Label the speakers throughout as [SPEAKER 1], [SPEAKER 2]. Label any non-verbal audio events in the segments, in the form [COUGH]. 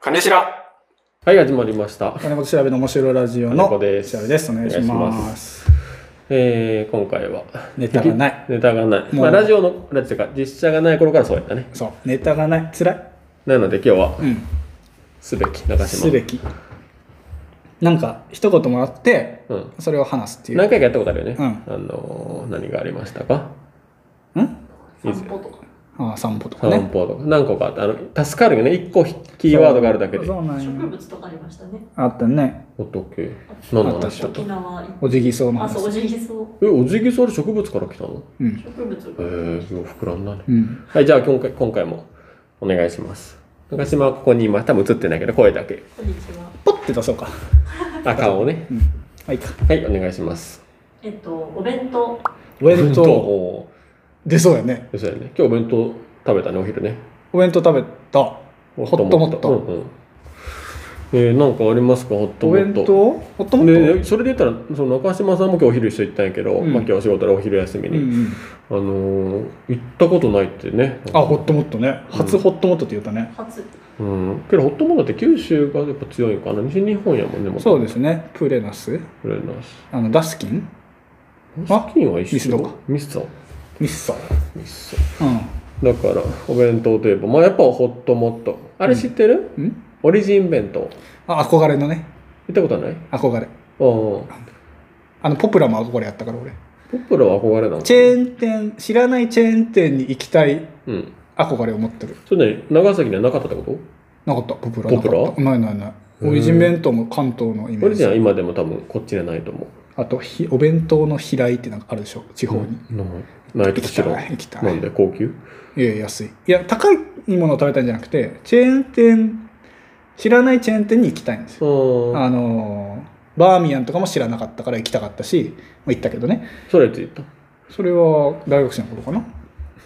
[SPEAKER 1] 金白
[SPEAKER 2] はい、始まりました。
[SPEAKER 3] 金子と調べの面白いラジオ
[SPEAKER 2] 金
[SPEAKER 3] の
[SPEAKER 2] 子です
[SPEAKER 3] 調べです。お願いし
[SPEAKER 2] お
[SPEAKER 3] ま
[SPEAKER 2] 願いし
[SPEAKER 3] す。
[SPEAKER 2] えー、今回は、
[SPEAKER 3] ネタがない。
[SPEAKER 2] [LAUGHS] ネタがない。
[SPEAKER 3] もう
[SPEAKER 2] まあ、ラジオの、ラジオか、実写がない頃からそうやったね。
[SPEAKER 3] そう、ネタがない。辛い。
[SPEAKER 2] なので今日は、
[SPEAKER 3] うん。
[SPEAKER 2] すべき、中島。
[SPEAKER 3] すべき。なんか、一言もらって、
[SPEAKER 2] うん。
[SPEAKER 3] それを話すっていう。
[SPEAKER 2] 何回かやったことあるよね。
[SPEAKER 3] うん
[SPEAKER 2] あのー、何がありましたか
[SPEAKER 3] うん
[SPEAKER 2] 以前
[SPEAKER 3] ああ、散歩と
[SPEAKER 2] 散
[SPEAKER 3] かね。
[SPEAKER 2] 歩とか、何個かあった。あの、助かるよね。一個キーワードがあるだけで。
[SPEAKER 3] そうなん
[SPEAKER 4] 植
[SPEAKER 3] よ
[SPEAKER 4] 物とかありましたね。
[SPEAKER 3] あったね。
[SPEAKER 2] おっとけ。何の話だった
[SPEAKER 4] 沖縄行っ
[SPEAKER 3] おじぎそうの
[SPEAKER 4] あ、そう、お
[SPEAKER 3] 話。
[SPEAKER 4] じぎそう。
[SPEAKER 2] え、おじぎそれ植物から来たの
[SPEAKER 3] うん。
[SPEAKER 4] 植物
[SPEAKER 2] え
[SPEAKER 4] が。
[SPEAKER 2] ー、よう膨らんだね。
[SPEAKER 3] うん。
[SPEAKER 2] はい、じゃあ今回、今回もお願いします。中島はここに今、多分映ってないけど、声だけ。
[SPEAKER 4] こんにちは。
[SPEAKER 3] ポッて出そうか。
[SPEAKER 2] あ、顔をね。
[SPEAKER 3] うん。はいか。
[SPEAKER 2] はい、お願いします。
[SPEAKER 4] えっと、お弁当。
[SPEAKER 3] お弁当。
[SPEAKER 2] お
[SPEAKER 3] 出そうやね。
[SPEAKER 2] ーそうやね。今日お弁当食べたね、お昼ね。
[SPEAKER 3] お弁当食べた。ホットモッ
[SPEAKER 2] うん
[SPEAKER 3] ト。
[SPEAKER 2] うん。えー、なんかありますか、ホット
[SPEAKER 3] お
[SPEAKER 2] モッ
[SPEAKER 3] 弁当
[SPEAKER 2] ト。
[SPEAKER 3] ホットモッ
[SPEAKER 2] ね、それで言ったらその中島さんも今日お昼一緒行ったんやけど、
[SPEAKER 3] うん
[SPEAKER 2] まあ、今日お仕事でお昼休み
[SPEAKER 3] ト
[SPEAKER 2] に、
[SPEAKER 3] うんうん。
[SPEAKER 2] あのー行ったことないってね
[SPEAKER 3] あ、ホットモットね。初ホットモットって言ったね。
[SPEAKER 4] 初。
[SPEAKER 2] うんけどホットモードって九州がやっぱ強いんかな西日本やもんねも
[SPEAKER 3] そうですすね。プレナス。
[SPEAKER 2] これなし
[SPEAKER 3] あの、ダスキンあ
[SPEAKER 2] スキンは一緒
[SPEAKER 3] ミスドか
[SPEAKER 2] ミスド
[SPEAKER 3] ミッサー。
[SPEAKER 2] ミス
[SPEAKER 3] う
[SPEAKER 2] ドだからお弁当といえばまあやっぱホットモットあれ知ってる、
[SPEAKER 3] ん。ん
[SPEAKER 2] オリジン弁当行
[SPEAKER 3] あ、憧れのね。
[SPEAKER 2] ったことない
[SPEAKER 3] 憧れ。
[SPEAKER 2] うん
[SPEAKER 3] あの、ポプラも憧れやったから俺。
[SPEAKER 2] ポプラは憧れなの
[SPEAKER 3] チェーン店、知らないチェーン店に行きたい
[SPEAKER 2] うん
[SPEAKER 3] 憧れを持ってる。
[SPEAKER 2] それね長崎にはなかったってこと
[SPEAKER 3] なかった、ポプラ。
[SPEAKER 2] ポプラ
[SPEAKER 3] なかったないないない。
[SPEAKER 2] へー
[SPEAKER 3] オリジン弁当も関東のイメ
[SPEAKER 2] オ
[SPEAKER 3] ー
[SPEAKER 2] リジンは
[SPEAKER 3] ジ。
[SPEAKER 2] 今でも多分こっちでないと思う
[SPEAKER 3] あと、ひお弁当の飛来ってなんかあるでしょ、地方に。
[SPEAKER 2] ないないとこ
[SPEAKER 3] 行き
[SPEAKER 2] 知
[SPEAKER 3] た
[SPEAKER 2] ら
[SPEAKER 3] い、
[SPEAKER 2] ん
[SPEAKER 3] 行きた
[SPEAKER 2] なん
[SPEAKER 3] い。
[SPEAKER 2] で高級
[SPEAKER 3] いや、安い。いや、高いものを食べたいんじゃなくて、チェーン店、知らないチェーン店に行きたいんですよ。
[SPEAKER 2] うん
[SPEAKER 3] あのーバーミヤンとかも知らなかったから行きたかったし、まあ、行ったけどね。
[SPEAKER 2] それって言った
[SPEAKER 3] それは大学生の頃かな。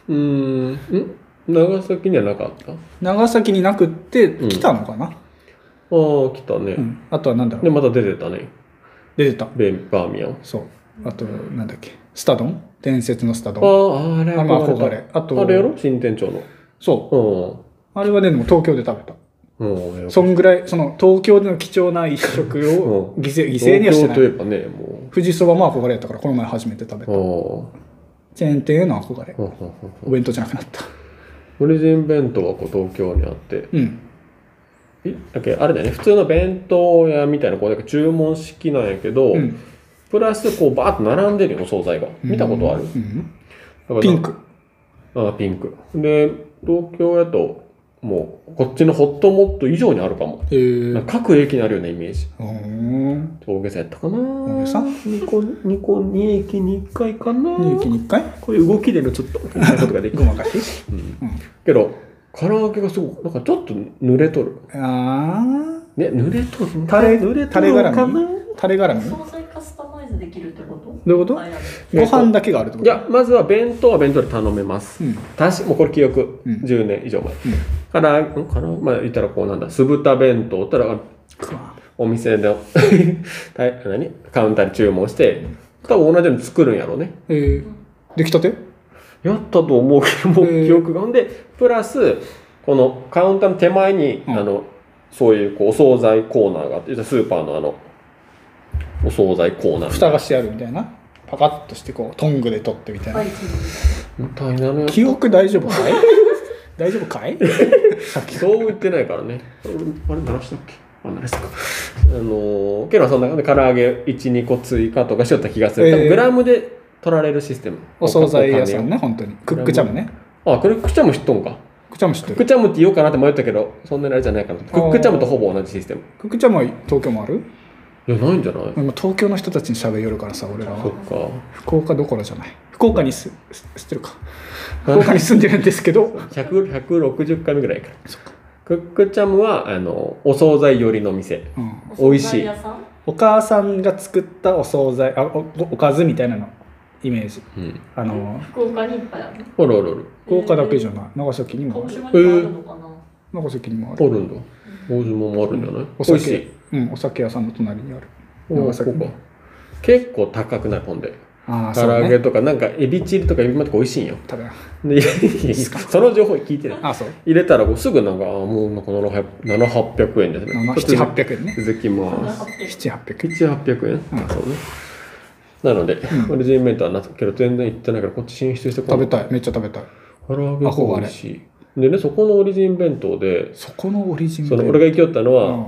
[SPEAKER 2] うーんん長崎にはなかったあ
[SPEAKER 3] 長崎になくって来たのかな、
[SPEAKER 2] あー来たね、
[SPEAKER 3] うんあとはなんだろ
[SPEAKER 2] で
[SPEAKER 3] う
[SPEAKER 2] また出てたね
[SPEAKER 3] 出てた
[SPEAKER 2] ベバーミヤン
[SPEAKER 3] そうあとなんだっけスタドン伝説のスタ
[SPEAKER 2] あ
[SPEAKER 3] ドン
[SPEAKER 2] ーあれ
[SPEAKER 3] あまあ憧
[SPEAKER 2] 憧れ
[SPEAKER 3] れあ
[SPEAKER 2] た
[SPEAKER 3] と
[SPEAKER 2] あれやろ新店長の
[SPEAKER 3] そ
[SPEAKER 2] うん
[SPEAKER 3] うあれはねでも東京で食べ
[SPEAKER 2] うん
[SPEAKER 3] たそんぐらいその東京での貴重な一食を
[SPEAKER 2] う
[SPEAKER 3] 犠牲犠牲にはして
[SPEAKER 2] 東京とい
[SPEAKER 3] な
[SPEAKER 2] え
[SPEAKER 3] い
[SPEAKER 2] ばねも
[SPEAKER 3] 富士そばも憧れやったからこの前初めて食べ
[SPEAKER 2] う
[SPEAKER 3] た
[SPEAKER 2] ああ
[SPEAKER 3] チェーン店への憧れ
[SPEAKER 2] ほうほうほう
[SPEAKER 3] お
[SPEAKER 2] ほう
[SPEAKER 3] 弁当じゃなくなった
[SPEAKER 2] オリジン弁当はこう東京にあって
[SPEAKER 3] うん
[SPEAKER 2] えだっけあれだよね普通の弁当屋みたいなこうなんか注文式なんやけど、
[SPEAKER 3] うん
[SPEAKER 2] プラスこうバーッと並んでるよお惣菜が見たことある、
[SPEAKER 3] う
[SPEAKER 2] だから
[SPEAKER 3] んピンク
[SPEAKER 2] ああピンクで東京やともうこっちのホットモット以上にあるかも
[SPEAKER 3] へ
[SPEAKER 2] な
[SPEAKER 3] え
[SPEAKER 2] んか各駅にあるようなイメージ
[SPEAKER 3] うん
[SPEAKER 2] 大げさやったかな
[SPEAKER 3] 大げさ
[SPEAKER 2] 2個2個2駅に1回かな
[SPEAKER 3] 入気に1回
[SPEAKER 2] こういう動きでのちょっとこんなことができ
[SPEAKER 3] ご
[SPEAKER 2] る、
[SPEAKER 3] まかし
[SPEAKER 2] [LAUGHS] うん
[SPEAKER 3] うん
[SPEAKER 2] けど唐揚げがすごくなんかちょっと濡れとる
[SPEAKER 3] ああ
[SPEAKER 2] ね濡れとる
[SPEAKER 3] タレ
[SPEAKER 2] 濡れと
[SPEAKER 3] タレ
[SPEAKER 2] るのか
[SPEAKER 3] 絡
[SPEAKER 2] な
[SPEAKER 3] みタレ絡みど
[SPEAKER 4] 惣菜カスタマイズできるってこと
[SPEAKER 3] ういうこと
[SPEAKER 4] あや
[SPEAKER 2] え
[SPEAKER 3] ご
[SPEAKER 2] っと
[SPEAKER 3] 飯だけがあるってこ
[SPEAKER 2] い
[SPEAKER 3] と
[SPEAKER 2] やまずは弁当は弁当で頼めます
[SPEAKER 3] うん
[SPEAKER 2] 確かもうこれ記憶、
[SPEAKER 3] うん
[SPEAKER 2] 10年以上前、からんからまあ言ったらこうなんだ酢豚弁当ったらお店の [LAUGHS] たい何カウンターに注文して多分同じように作るんやろうね
[SPEAKER 3] えー、出来たて
[SPEAKER 2] やったと思うけども
[SPEAKER 3] へ
[SPEAKER 2] う
[SPEAKER 3] ー
[SPEAKER 2] 記憶がほんでプラスこのカウンターの手前に、
[SPEAKER 3] うん
[SPEAKER 2] あのそういうこうお惣菜コーナーがあってスーパーのあのお惣菜コーナー
[SPEAKER 3] 蓋がしてあるみたいなパカッとしてこうトングで取ってみたいな、
[SPEAKER 4] ばい気
[SPEAKER 2] みたいなのや
[SPEAKER 3] 記憶大丈夫かい [LAUGHS] 大丈夫か [LAUGHS] いさっき
[SPEAKER 2] そう言ってないからね。あれ、鳴らしたっけあ、鳴らしたか。あのー、けどそんな感じで、唐揚げ1、2個追加とかしよった気がする。
[SPEAKER 3] えー
[SPEAKER 2] 多分グラムで取られるシステム。
[SPEAKER 3] お惣菜屋さん
[SPEAKER 2] ね。
[SPEAKER 3] ね本当にクックチャムね
[SPEAKER 2] あ、これ、クッチャム知っとんか。
[SPEAKER 3] クックチャム知っ
[SPEAKER 2] ク
[SPEAKER 3] て
[SPEAKER 2] ック
[SPEAKER 3] る
[SPEAKER 2] チャムって言おうかなって迷ったけど、そんなにあれじゃないかなと。クックチャムとほぼ同じシステム。
[SPEAKER 3] クックチャムは東京もある
[SPEAKER 2] いや、ないんじゃない、
[SPEAKER 3] 今東京の人たちに喋りよるからさ俺ら
[SPEAKER 2] そっ
[SPEAKER 3] は
[SPEAKER 2] か。
[SPEAKER 3] 福岡どころじゃない福岡にすす知ってるか福岡に住んでるんですけど
[SPEAKER 2] 100 160回目ぐらいか。クックチャムは、あの、お惣菜寄りの店。
[SPEAKER 3] うん
[SPEAKER 2] 美
[SPEAKER 4] に
[SPEAKER 2] 味しい
[SPEAKER 4] お惣菜屋さん
[SPEAKER 3] お母さんが作ったお惣菜あおおおかずみたいなのイメージ
[SPEAKER 2] うん。
[SPEAKER 3] あの
[SPEAKER 4] 福岡にいっぱいある。
[SPEAKER 2] あるあるある。
[SPEAKER 3] 福岡だけじゃない長崎に
[SPEAKER 4] 鹿
[SPEAKER 3] も
[SPEAKER 4] 児
[SPEAKER 3] ある
[SPEAKER 4] 島にもあるのかな、
[SPEAKER 3] 長崎にもあ
[SPEAKER 2] あ
[SPEAKER 3] る
[SPEAKER 2] るんだ。大島もあるんじゃない、
[SPEAKER 3] お
[SPEAKER 2] 美
[SPEAKER 3] 酒
[SPEAKER 2] 味しい。
[SPEAKER 3] うんお酒屋さんの隣にある
[SPEAKER 2] お
[SPEAKER 3] 長
[SPEAKER 2] そ
[SPEAKER 3] 崎
[SPEAKER 2] うか結構高くないほんで
[SPEAKER 3] ああ
[SPEAKER 2] 唐
[SPEAKER 3] そう
[SPEAKER 2] 揚げ
[SPEAKER 3] ね
[SPEAKER 2] とか、なんかエビチリとかエビマとか美味しいんよ
[SPEAKER 3] 食べな
[SPEAKER 2] で [LAUGHS] その情報聞いてない
[SPEAKER 3] あそう
[SPEAKER 2] 入れたらこうすぐなんかあもうなんか7800円ですね
[SPEAKER 3] 7800円ね
[SPEAKER 2] 続きま
[SPEAKER 4] な
[SPEAKER 2] す
[SPEAKER 3] 7800円
[SPEAKER 2] 7800円、
[SPEAKER 3] うん
[SPEAKER 2] そうねなので、俺ジンメイトはなけど全然行ってないからこっち進出してこ
[SPEAKER 3] 食べ
[SPEAKER 2] い
[SPEAKER 3] たいめっちゃ食べたい
[SPEAKER 2] 唐揚げが美味しいでねそこのオリジン弁当で
[SPEAKER 3] そこのオリジン
[SPEAKER 2] その俺が行きよったのは、
[SPEAKER 3] うん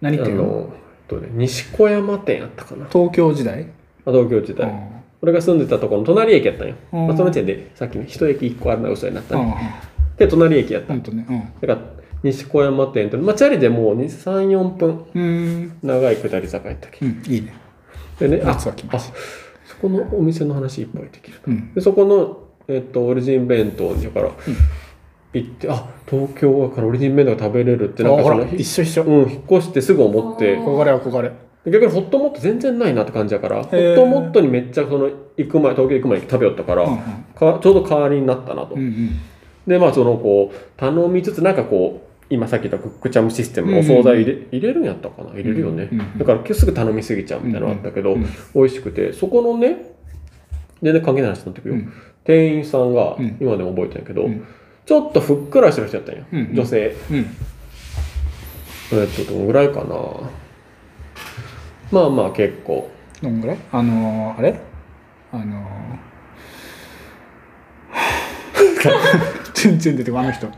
[SPEAKER 3] 何
[SPEAKER 2] あ
[SPEAKER 3] 店
[SPEAKER 2] のどうね西小山店やったかな
[SPEAKER 3] 東京時代
[SPEAKER 2] あ東京時代、俺が住んでたところの隣駅やったんよ、
[SPEAKER 3] うん
[SPEAKER 2] まあ、その時点でさっきの一駅一個あるのが嘘になった
[SPEAKER 3] うん
[SPEAKER 2] ね、
[SPEAKER 3] うん
[SPEAKER 2] で隣駅やった、
[SPEAKER 3] ほんとね
[SPEAKER 2] だから西小山店と、まあ、チャリでもう34分
[SPEAKER 3] うんうん
[SPEAKER 2] 長い下り坂やったっけ
[SPEAKER 3] うんいいね
[SPEAKER 2] でねあ
[SPEAKER 3] 夏は来ま
[SPEAKER 2] あ
[SPEAKER 3] す
[SPEAKER 2] そこのお店の話いっぱいできる
[SPEAKER 3] うん
[SPEAKER 2] でそこの、えっとオリジン弁当だから行って、あ東京からオリジン弁当が食べれるって
[SPEAKER 3] あ
[SPEAKER 2] なんか
[SPEAKER 3] ほ
[SPEAKER 2] そ
[SPEAKER 3] ら
[SPEAKER 2] の
[SPEAKER 3] 一緒一緒
[SPEAKER 2] うん、引っ越してすぐ思って
[SPEAKER 4] あ
[SPEAKER 3] 憧れ憧れ
[SPEAKER 2] 逆にホットモット全然ないなって感じやからホッ
[SPEAKER 3] ー
[SPEAKER 2] トモットにめっちゃその行く前東京行く前に食べよったから,、
[SPEAKER 3] うん
[SPEAKER 2] かちょうど代わりになったなと、
[SPEAKER 3] うんうん
[SPEAKER 2] でまあそのこう頼みつつなんかこう今さっき言ったクックチャムシステムお惣菜入れ,、入れるんやったかな入れるよね、
[SPEAKER 3] うんうん
[SPEAKER 2] だから今日すぐ頼みすぎちゃうみたいなのあったけど、
[SPEAKER 3] うんうん
[SPEAKER 2] 美味しくてそこのね全然関係ない話になってくるよ、
[SPEAKER 3] うん
[SPEAKER 2] 店員さんが、
[SPEAKER 3] うん
[SPEAKER 2] 今でも覚えてんやけど、
[SPEAKER 3] うん
[SPEAKER 2] ちょっとふっくらしてる人やったんや、
[SPEAKER 3] うんうん
[SPEAKER 2] 女性
[SPEAKER 3] うん
[SPEAKER 2] えっとどのぐらいかなまあまあ結構
[SPEAKER 3] どんぐらいあのーあれあのー [LAUGHS] 全然出てこないあの人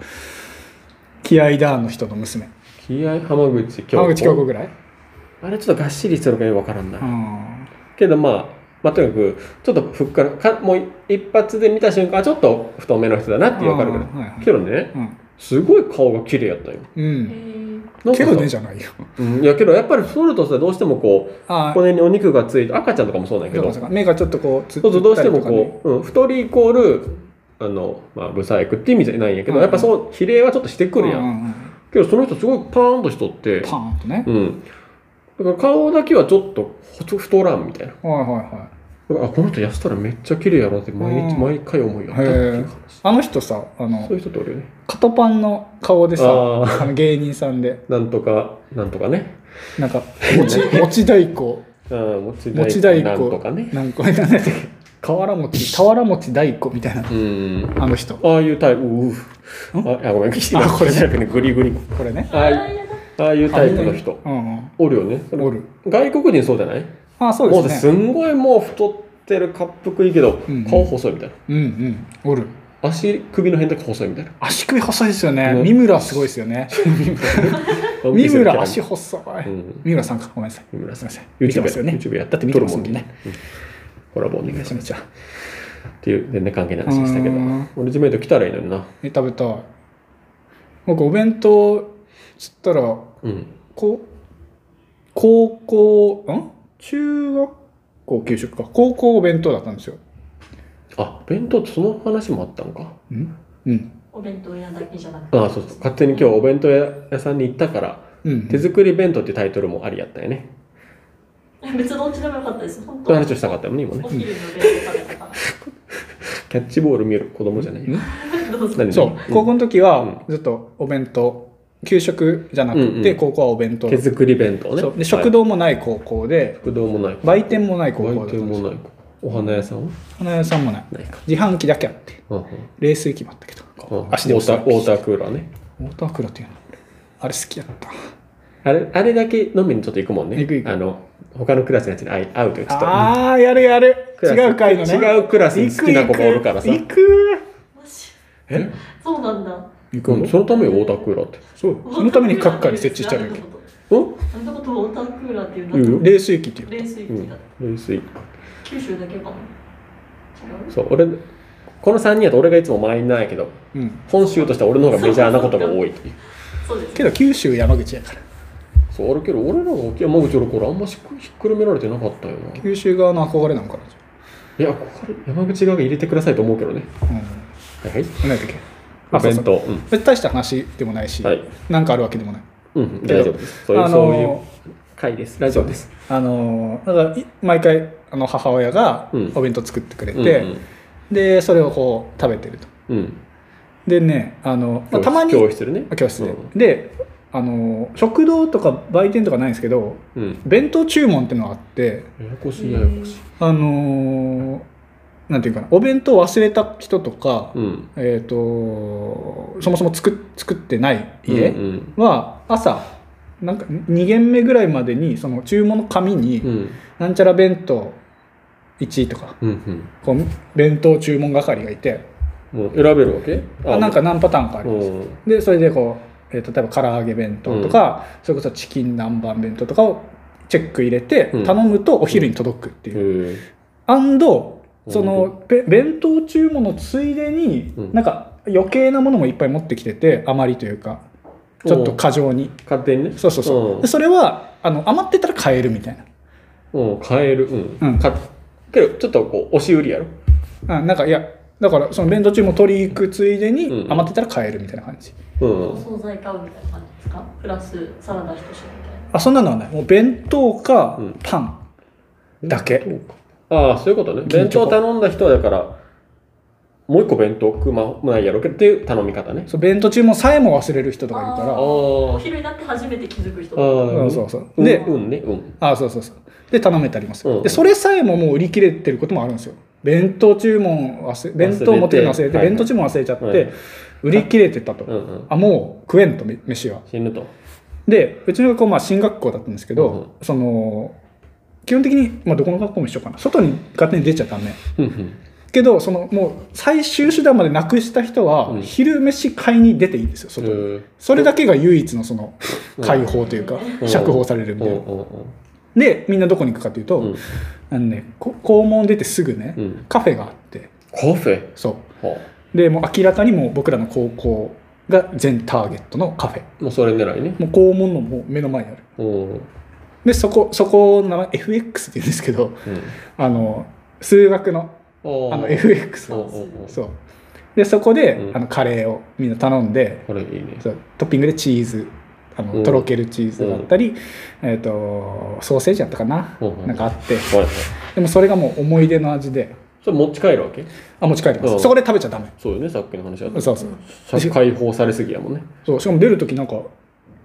[SPEAKER 3] 気合いだーの人の娘
[SPEAKER 2] 気合浜口京子
[SPEAKER 3] 浜口京子ぐらい
[SPEAKER 2] あれちょっとがっしりしてるからよくわからんない、
[SPEAKER 3] うん
[SPEAKER 2] けどまあ、まあ、とにかくちょっとふっくらかもう一発で見た瞬間あちょっと太めの人だなってわかるけど、
[SPEAKER 3] あーはいはい
[SPEAKER 2] けどね
[SPEAKER 3] うん
[SPEAKER 2] すごい顔が綺麗やったよ
[SPEAKER 3] う
[SPEAKER 4] え
[SPEAKER 3] ん
[SPEAKER 4] ー
[SPEAKER 2] なんか
[SPEAKER 3] け
[SPEAKER 2] さ
[SPEAKER 3] どねじゃないよ
[SPEAKER 2] うん、いやけどやっぱり太るとさどうしてもこう
[SPEAKER 3] ああ
[SPEAKER 2] 骨にお肉がついて赤ちゃんとかもそうなんやけ
[SPEAKER 3] そう
[SPEAKER 2] ど
[SPEAKER 3] かそうか目がちょっとこうつ
[SPEAKER 2] そうそうどうして
[SPEAKER 3] つ
[SPEAKER 2] も
[SPEAKER 3] ったりとかね
[SPEAKER 2] こう、うん、太りイコールあの、まあ、ブサイクって意味じゃないんやけど、
[SPEAKER 3] うん
[SPEAKER 2] やっぱそう比例はちょっとしてくるやん、
[SPEAKER 3] ううう
[SPEAKER 2] けどその人すごいパーンとしとって
[SPEAKER 3] パーンとね
[SPEAKER 2] うんだから顔だけはちょっとほ太らんみたいな
[SPEAKER 3] はいはいはい
[SPEAKER 2] だからあこの人痩せたらめっちゃ綺麗やなって毎日、
[SPEAKER 3] うん
[SPEAKER 2] 毎回思いやったっていう話
[SPEAKER 3] あの人さあ
[SPEAKER 2] そうい
[SPEAKER 3] の
[SPEAKER 2] う人っておるよね
[SPEAKER 3] カパンの顔でさ
[SPEAKER 2] あ
[SPEAKER 3] あの芸人さんで
[SPEAKER 2] なんとかなんとかね
[SPEAKER 3] な
[SPEAKER 2] [LAUGHS]
[SPEAKER 3] んかもちもち太鼓
[SPEAKER 2] うん持ち
[SPEAKER 3] もち
[SPEAKER 2] 大
[SPEAKER 3] 太
[SPEAKER 2] 根な
[SPEAKER 3] 鼓
[SPEAKER 2] んとかね
[SPEAKER 3] なんかなんだっけ俵餅俵餅太鼓みたいな
[SPEAKER 2] うん
[SPEAKER 3] あの人
[SPEAKER 2] ああいうタイプううああごめん
[SPEAKER 3] あこれ
[SPEAKER 2] じゃなくて [LAUGHS] グリグリ
[SPEAKER 3] これね
[SPEAKER 2] ああいうああいうタイプの人
[SPEAKER 3] うんうん
[SPEAKER 2] おるよねそれ
[SPEAKER 3] おる
[SPEAKER 2] 外国人そうじゃない
[SPEAKER 3] あそう
[SPEAKER 2] もう
[SPEAKER 3] です
[SPEAKER 2] す
[SPEAKER 3] ね
[SPEAKER 2] んごいもう太ってる恰幅いいけど
[SPEAKER 3] うん
[SPEAKER 2] 顔細いみたいな
[SPEAKER 3] うんうんおる
[SPEAKER 2] 足首の辺だけ細いみたいな
[SPEAKER 3] 足首細いですよね
[SPEAKER 2] うん
[SPEAKER 3] 三村すごいですよね三村足細い
[SPEAKER 2] うん
[SPEAKER 3] 三村さんかごめんなさい
[SPEAKER 2] 三村さん
[SPEAKER 3] すいません見てますよ
[SPEAKER 2] YouTube,
[SPEAKER 3] ね
[SPEAKER 2] YouTube やった
[SPEAKER 3] だ
[SPEAKER 2] っ
[SPEAKER 3] ってて
[SPEAKER 2] 見て
[SPEAKER 3] 見て
[SPEAKER 2] る
[SPEAKER 3] ま
[SPEAKER 2] も
[SPEAKER 3] す
[SPEAKER 2] ん
[SPEAKER 3] もんね
[SPEAKER 2] ねうんコラボお願いし
[SPEAKER 3] め
[SPEAKER 2] ま
[SPEAKER 3] ち
[SPEAKER 2] す
[SPEAKER 3] ゃめちゃ
[SPEAKER 2] っていう全然関係ない話でしたけど
[SPEAKER 3] うん
[SPEAKER 2] 俺ジメイト来たらいいのにな
[SPEAKER 3] え食べたい僕お弁当つったら
[SPEAKER 2] うん
[SPEAKER 3] こ高校ん中学校給食か高校お弁当だったんですよ
[SPEAKER 2] あ弁当ってその話もあったのか
[SPEAKER 3] うんうん
[SPEAKER 4] お弁当屋だけじゃなくて
[SPEAKER 2] ああそうそう勝手に今日お弁当屋さんに行ったから
[SPEAKER 3] うん
[SPEAKER 2] 手作り弁当ってタイトルもありやったよね
[SPEAKER 4] [LAUGHS] 別にどっちでもよかったです本
[SPEAKER 2] そ
[SPEAKER 4] 当
[SPEAKER 2] の話をしたかったもんね今ね
[SPEAKER 4] お昼の弁当食べ
[SPEAKER 2] [LAUGHS]
[SPEAKER 4] たか
[SPEAKER 2] キャッチボール見る子供じゃないよ
[SPEAKER 4] らどうぞ
[SPEAKER 2] 何
[SPEAKER 4] [LAUGHS]
[SPEAKER 3] そう高校の時は
[SPEAKER 2] う
[SPEAKER 3] ずっとお弁当給食じゃなく
[SPEAKER 2] うんう
[SPEAKER 3] て
[SPEAKER 2] ん
[SPEAKER 3] 高校はお弁当
[SPEAKER 2] 手作り弁当ね
[SPEAKER 3] そうで
[SPEAKER 2] は
[SPEAKER 3] 食
[SPEAKER 2] い
[SPEAKER 3] 堂もない高校で
[SPEAKER 2] 食堂もない
[SPEAKER 3] 売店もない高校だ
[SPEAKER 2] 売
[SPEAKER 3] った
[SPEAKER 2] 店
[SPEAKER 3] んです
[SPEAKER 2] も
[SPEAKER 3] よ
[SPEAKER 2] ないお花屋さんは
[SPEAKER 3] 花屋さんもない
[SPEAKER 2] ないか
[SPEAKER 3] 自販機だけあって
[SPEAKER 2] うんうん
[SPEAKER 3] 冷水機もあったけど
[SPEAKER 2] うん
[SPEAKER 3] 足で
[SPEAKER 2] ウォ
[SPEAKER 3] 押
[SPEAKER 2] ー
[SPEAKER 3] す
[SPEAKER 2] ターウォータークーラーね
[SPEAKER 3] ウォータークラーっていうのあれ好きやった
[SPEAKER 2] あれあれだけ飲みにちょっと行くもんね
[SPEAKER 3] 行く行く
[SPEAKER 2] あの他のクラスのやつに会い会うというちょっと
[SPEAKER 3] ああやるやる
[SPEAKER 2] クラス
[SPEAKER 3] 違う回のね
[SPEAKER 2] 違うクラスに好きな子がおるからさ
[SPEAKER 3] 行く行く
[SPEAKER 4] マジ
[SPEAKER 3] え
[SPEAKER 4] そうなんだ
[SPEAKER 3] 行
[SPEAKER 2] うんそのためにウォータークーラーって
[SPEAKER 3] そうそのために各家に設置してあ
[SPEAKER 4] [LAUGHS]
[SPEAKER 3] るわ
[SPEAKER 2] う
[SPEAKER 4] あんなことウォータークーラーっていうん
[SPEAKER 3] け
[SPEAKER 2] 言う
[SPEAKER 4] だ
[SPEAKER 2] よ
[SPEAKER 3] 冷水器っていう
[SPEAKER 4] 冷水
[SPEAKER 2] ん
[SPEAKER 4] 器だ
[SPEAKER 2] うん冷水
[SPEAKER 4] 九州だけかな違う
[SPEAKER 2] そう俺この3人やと俺がいつもマイナーやけど
[SPEAKER 3] うん
[SPEAKER 2] 本州としては俺の方がメジャーなことが多いっていう
[SPEAKER 4] そうです
[SPEAKER 3] けど九州山口やから
[SPEAKER 2] そうあれけど俺らが沖山口おる頃あんましひっくるめられてなかったよな
[SPEAKER 3] 九州側の憧れなのかない
[SPEAKER 2] やこれ山口側が入れてくださいと思うけどね
[SPEAKER 3] うん
[SPEAKER 2] はいはい
[SPEAKER 3] 何だっけ
[SPEAKER 2] お弁
[SPEAKER 3] そう
[SPEAKER 2] 当
[SPEAKER 3] そう
[SPEAKER 2] うん
[SPEAKER 3] 別に大した話でもないし、
[SPEAKER 2] はい
[SPEAKER 3] なんかあるわけでもない
[SPEAKER 2] うん
[SPEAKER 3] けど
[SPEAKER 2] 大丈夫ですそういう,、
[SPEAKER 3] あのー
[SPEAKER 2] そういう回ですラジオです
[SPEAKER 3] あのーだからい毎回あの母親が
[SPEAKER 2] うん
[SPEAKER 3] お弁当作ってくれて、
[SPEAKER 2] うん
[SPEAKER 3] でそれをこう食べてると
[SPEAKER 2] うん、うん
[SPEAKER 3] でねあの、まあ、たまに
[SPEAKER 2] 教室でね
[SPEAKER 3] あ教室で、
[SPEAKER 2] うん
[SPEAKER 3] であの食堂とか売店とかないんですけど
[SPEAKER 2] うん。
[SPEAKER 3] 弁当注文っていうのがあって
[SPEAKER 2] ややこしいややこしい。
[SPEAKER 3] あのーなんていうかなお弁当忘れた人とか、
[SPEAKER 2] うん。
[SPEAKER 3] えー、とそもそも作っ作ってない家
[SPEAKER 2] うん。
[SPEAKER 3] は朝なんか2軒目ぐらいまでにその注文の紙に
[SPEAKER 2] うん。うん
[SPEAKER 3] 「なんちゃら弁当1」とか
[SPEAKER 2] うん。
[SPEAKER 3] こう弁当注文係がいて
[SPEAKER 2] うん。もう選べるわけ
[SPEAKER 3] あなんか、何パターンかあり
[SPEAKER 2] う
[SPEAKER 3] ます。
[SPEAKER 2] ん。
[SPEAKER 3] でそれでこう、えー例えば唐揚げ弁当とか、それこそチキン南蛮弁当とかをチェック入れて
[SPEAKER 2] うん
[SPEAKER 3] 頼むとお昼に届くってい
[SPEAKER 2] へ
[SPEAKER 3] う。アンドそ
[SPEAKER 2] うん
[SPEAKER 3] のべ弁当注文のついでに、
[SPEAKER 2] うん
[SPEAKER 3] なんか余計なものもいっぱい持ってきてて余りというかちょっと過剰に
[SPEAKER 2] ー勝手にね。
[SPEAKER 3] そうそうそう、
[SPEAKER 2] うん
[SPEAKER 3] でそれはあの余ってたら買えるみたい
[SPEAKER 2] うん。変える。うん。
[SPEAKER 3] うん
[SPEAKER 2] かけど、ちょっとこう、押し売りやろ。
[SPEAKER 3] な、うん、なんかいやだからその弁当注文取り行くついで
[SPEAKER 2] う
[SPEAKER 3] に
[SPEAKER 2] ん
[SPEAKER 3] 余ってたら買えるみたいな感じ、
[SPEAKER 2] うん
[SPEAKER 4] お。惣菜買うみたいな感じですかプラスサラダ一品みたいな
[SPEAKER 3] あそんなのはないもう弁当か
[SPEAKER 2] うん
[SPEAKER 3] パンだけ、
[SPEAKER 2] ああ、そういうことね。
[SPEAKER 3] 銀
[SPEAKER 2] 弁
[SPEAKER 3] チョコ
[SPEAKER 2] 当頼んだ人はだから、もう一個弁当食うまもないやろうけどっていう頼み方ね。
[SPEAKER 3] そう弁当注文さえも忘れる人とかいる
[SPEAKER 2] ああ
[SPEAKER 3] か
[SPEAKER 4] お
[SPEAKER 2] ー。
[SPEAKER 4] 昼になって初めて気づく人
[SPEAKER 2] あ
[SPEAKER 3] ら
[SPEAKER 2] ー
[SPEAKER 3] うんそうそう
[SPEAKER 2] うん、
[SPEAKER 3] で、
[SPEAKER 2] うんね、うん。
[SPEAKER 3] あそうそうそうで頼めたりもする、
[SPEAKER 2] うん
[SPEAKER 3] でそれさえももう売り切れてることもあるんですよ弁当注文忘れ弁当持ってるの
[SPEAKER 2] 忘
[SPEAKER 3] 忘れ
[SPEAKER 2] れ
[SPEAKER 3] て
[SPEAKER 2] てはい
[SPEAKER 3] 弁当注文忘れちゃって、
[SPEAKER 2] はい
[SPEAKER 3] 売り切れてたと、
[SPEAKER 2] うんうん。
[SPEAKER 3] あもう食えんとめ飯は
[SPEAKER 2] 死ぬと。
[SPEAKER 3] でうちの学校まあ進学校だったんですけど、
[SPEAKER 2] うんうん
[SPEAKER 3] その基本的に、まあ、どこの学校も一緒かな外に勝手に出ちゃダメ
[SPEAKER 2] うん
[SPEAKER 3] けどそのもう最終手段までなくした人は、
[SPEAKER 2] うん
[SPEAKER 3] 昼飯買いに出ていいんですよ
[SPEAKER 2] うん。
[SPEAKER 3] 外に、
[SPEAKER 2] へ
[SPEAKER 3] それだけが唯一のその
[SPEAKER 2] うん
[SPEAKER 3] 解放というか、
[SPEAKER 2] うん
[SPEAKER 3] 釈放され
[SPEAKER 2] ー
[SPEAKER 3] る
[SPEAKER 2] う
[SPEAKER 3] みたいな、
[SPEAKER 2] んうんうん
[SPEAKER 3] でみんなどこに行くかというと、
[SPEAKER 2] うん
[SPEAKER 3] あのね、こ校門出てすぐね、
[SPEAKER 2] うん
[SPEAKER 3] カフェがあって
[SPEAKER 2] カフェ
[SPEAKER 3] そ
[SPEAKER 2] は
[SPEAKER 3] うでもう明らかにもう僕らの高校が全ターゲットのカフェ
[SPEAKER 2] あもうそれ狙いね。
[SPEAKER 3] もう校門のもう目の前にある
[SPEAKER 2] うん。うん。
[SPEAKER 3] でそこそこの名前 FX って言うんですけどあの数学の
[SPEAKER 2] あ
[SPEAKER 3] あの
[SPEAKER 2] フ
[SPEAKER 3] FX
[SPEAKER 2] うんうんうん。
[SPEAKER 3] そうでそこで、
[SPEAKER 2] うん
[SPEAKER 3] あのカレーをみんな頼んで
[SPEAKER 2] これいいね。
[SPEAKER 3] そうトッピングでチーズあ
[SPEAKER 2] う
[SPEAKER 3] の
[SPEAKER 2] ん
[SPEAKER 3] とろけるチーズだったり、えっとソーセージだったかな、
[SPEAKER 2] うんうん
[SPEAKER 3] なんかあって
[SPEAKER 2] はいはい。
[SPEAKER 3] でもそれがもう思い出の味で
[SPEAKER 2] それ持ち帰るわけ
[SPEAKER 3] あ持ち帰ります、
[SPEAKER 2] うん
[SPEAKER 3] そこで食べちゃダメ
[SPEAKER 2] そうよね、さっきの話あった。
[SPEAKER 3] そうそう
[SPEAKER 2] さっき解放されすぎやもんね。
[SPEAKER 3] そうしかも出る時なんか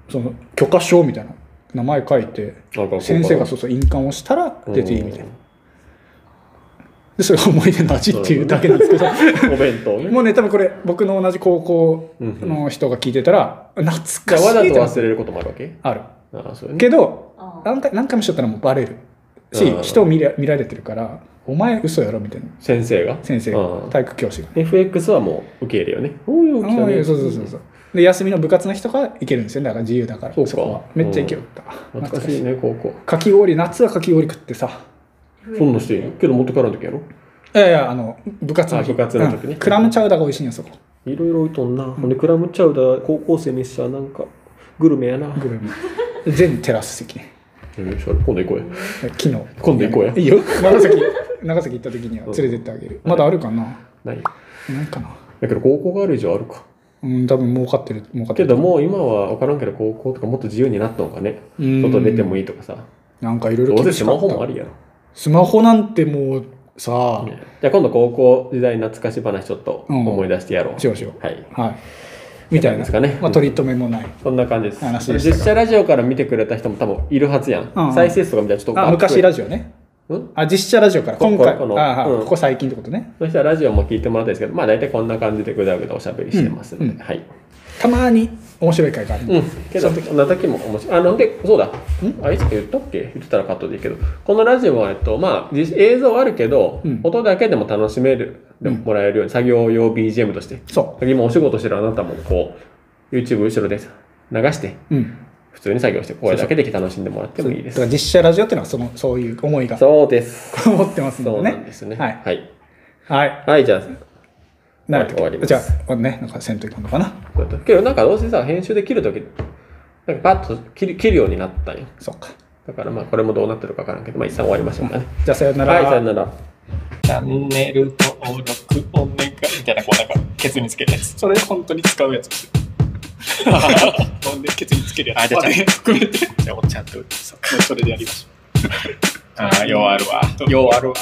[SPEAKER 3] その許可証みたいな名前書いて
[SPEAKER 2] なんかこう
[SPEAKER 3] 先生がそうそう印鑑をしたら出ていいみたいな
[SPEAKER 2] うん
[SPEAKER 3] でそれが思い出の味っていうだけなんですけど
[SPEAKER 2] お弁当ね。
[SPEAKER 3] もうね多分これ僕の同じ高校
[SPEAKER 2] うんうん
[SPEAKER 3] の人が聞いてたら懐かしい
[SPEAKER 2] じゃあわざと
[SPEAKER 3] ってなって
[SPEAKER 2] 忘れることもあるわけ
[SPEAKER 3] ある
[SPEAKER 2] ああ、そうよね。
[SPEAKER 3] けど
[SPEAKER 4] ああ
[SPEAKER 3] 何回何回もしちゃったらもうバレるし
[SPEAKER 2] うん
[SPEAKER 3] 人を見ら見られてるから「お前嘘やろ」みたいな
[SPEAKER 2] 先生が
[SPEAKER 3] 先生
[SPEAKER 2] あ
[SPEAKER 3] が
[SPEAKER 2] あ
[SPEAKER 3] 体育教師が。
[SPEAKER 2] FX はもう受け入れよね。おういう
[SPEAKER 3] あ
[SPEAKER 2] 大きさ
[SPEAKER 3] あい
[SPEAKER 2] ね。
[SPEAKER 3] やそうそうそうそうで休みの部活の日とか行けるんですよねだから自由だから
[SPEAKER 2] そうか
[SPEAKER 3] こはめっちゃ行けよった、
[SPEAKER 2] 懐かしいね、高校。
[SPEAKER 3] かき氷夏はかき氷食ってさ
[SPEAKER 2] そんなしていいのけど持ってからんときやろ
[SPEAKER 3] いやいやあの部活の
[SPEAKER 2] あ部活の時ね
[SPEAKER 3] うんクラムチャウダーが美味しいんよそこ
[SPEAKER 2] いろいろ置いとんな。ほんで、クラムチャウダー、高校生にしちゃなんか、グルメやな。
[SPEAKER 3] グルメ全テラス席ね
[SPEAKER 2] えーそれ今度行こうよ。
[SPEAKER 3] 昨日
[SPEAKER 2] 今度行こうや
[SPEAKER 3] いいよ長崎 [LAUGHS] 長崎行った時には連れてってあげる
[SPEAKER 2] うん
[SPEAKER 3] まだあるかな
[SPEAKER 2] ない
[SPEAKER 3] ないかな
[SPEAKER 2] だけど高校がある以上あるか。
[SPEAKER 3] うん多分儲かってる儲かっ
[SPEAKER 2] け
[SPEAKER 3] てる
[SPEAKER 2] どもう今は分からんけど高校とかもっと自由になったのかね。
[SPEAKER 3] うん
[SPEAKER 2] 外出てもいいとかさ。
[SPEAKER 3] なんかいろいろ
[SPEAKER 2] どうせ
[SPEAKER 3] 厳し
[SPEAKER 2] ス
[SPEAKER 3] か
[SPEAKER 2] マ
[SPEAKER 3] っ
[SPEAKER 2] ホもあ
[SPEAKER 3] た
[SPEAKER 2] りやろ。
[SPEAKER 3] スマホなんてもうさ
[SPEAKER 2] ねじゃあ今度高校時代懐かし話ちょっと思い出してやろう。
[SPEAKER 3] しようしよう
[SPEAKER 2] はい。
[SPEAKER 3] はいみたい
[SPEAKER 2] で
[SPEAKER 3] な
[SPEAKER 2] すかね
[SPEAKER 3] まあ取り留めもない
[SPEAKER 2] そんな感じです。
[SPEAKER 3] 話でしたか
[SPEAKER 2] 実写ラジオから見てくれた人も多分いるはずやん。
[SPEAKER 3] うんうん
[SPEAKER 2] 再生数とか見たらちょっと
[SPEAKER 3] あ昔ラ
[SPEAKER 2] ジ
[SPEAKER 3] ジオね
[SPEAKER 2] オ。うん
[SPEAKER 3] あ実写ラジオから
[SPEAKER 2] こ
[SPEAKER 3] 今回
[SPEAKER 2] ここの
[SPEAKER 3] あはい
[SPEAKER 2] うん
[SPEAKER 3] ここ最近ってことね
[SPEAKER 2] そしたらラジオも聞いてもらったんですけど、まあ大体こんな感じでぐだぐだおしゃべりしてますので、
[SPEAKER 3] うんうん
[SPEAKER 2] はい。
[SPEAKER 3] たまに面白い回がある
[SPEAKER 2] うん、けど、そんな時も面白い。あ、なんで、そうだ。あいつ言ったっけ言ってたらカットでいいけど、このラジオは、えっと、まあ、じ映像あるけど、
[SPEAKER 3] うん
[SPEAKER 2] 音だけでも楽しめる、でももらえるように、作業用 BGM として、
[SPEAKER 3] そ
[SPEAKER 2] 今お仕事してるあなたも、こう、YouTube 後ろで流して、
[SPEAKER 3] ううん
[SPEAKER 2] 普通に作業して、声だけで楽しんでもらってもいいで
[SPEAKER 3] だから
[SPEAKER 2] す。
[SPEAKER 3] 実写ラジオっていうのはそのそういう思い [LAUGHS] が
[SPEAKER 2] そうです。
[SPEAKER 3] こもってます
[SPEAKER 2] そう
[SPEAKER 3] の
[SPEAKER 2] な
[SPEAKER 3] で
[SPEAKER 2] ん
[SPEAKER 3] ね
[SPEAKER 2] ですね。
[SPEAKER 3] はい
[SPEAKER 2] はい。
[SPEAKER 3] はい
[SPEAKER 2] はい、じゃあ、
[SPEAKER 3] なる
[SPEAKER 2] 終わります
[SPEAKER 3] じゃあねなんかせんといかんのかな
[SPEAKER 2] そうだけどなんかどうせさ、編集で切るとき、なんかパッと切る切るようになったんよ。
[SPEAKER 3] そうか
[SPEAKER 2] だからまあ、これもどうなってるかわからんけど、まあ一旦終わりましょうかね。
[SPEAKER 3] じゃあさよなら、
[SPEAKER 2] はい、さよなら。
[SPEAKER 1] チャンネル登録お願いみたいな、こうなんか、ケツにつけるやつ。
[SPEAKER 3] それ本当に使うやつ
[SPEAKER 1] ほんで、ケツにつけるやつ。
[SPEAKER 5] あじゃあ
[SPEAKER 1] れ含めて、も
[SPEAKER 5] じゃあ、おっちゃんと、そう
[SPEAKER 1] それでやりましょう。
[SPEAKER 5] ああ、ようあるわ。
[SPEAKER 1] ようあるわ。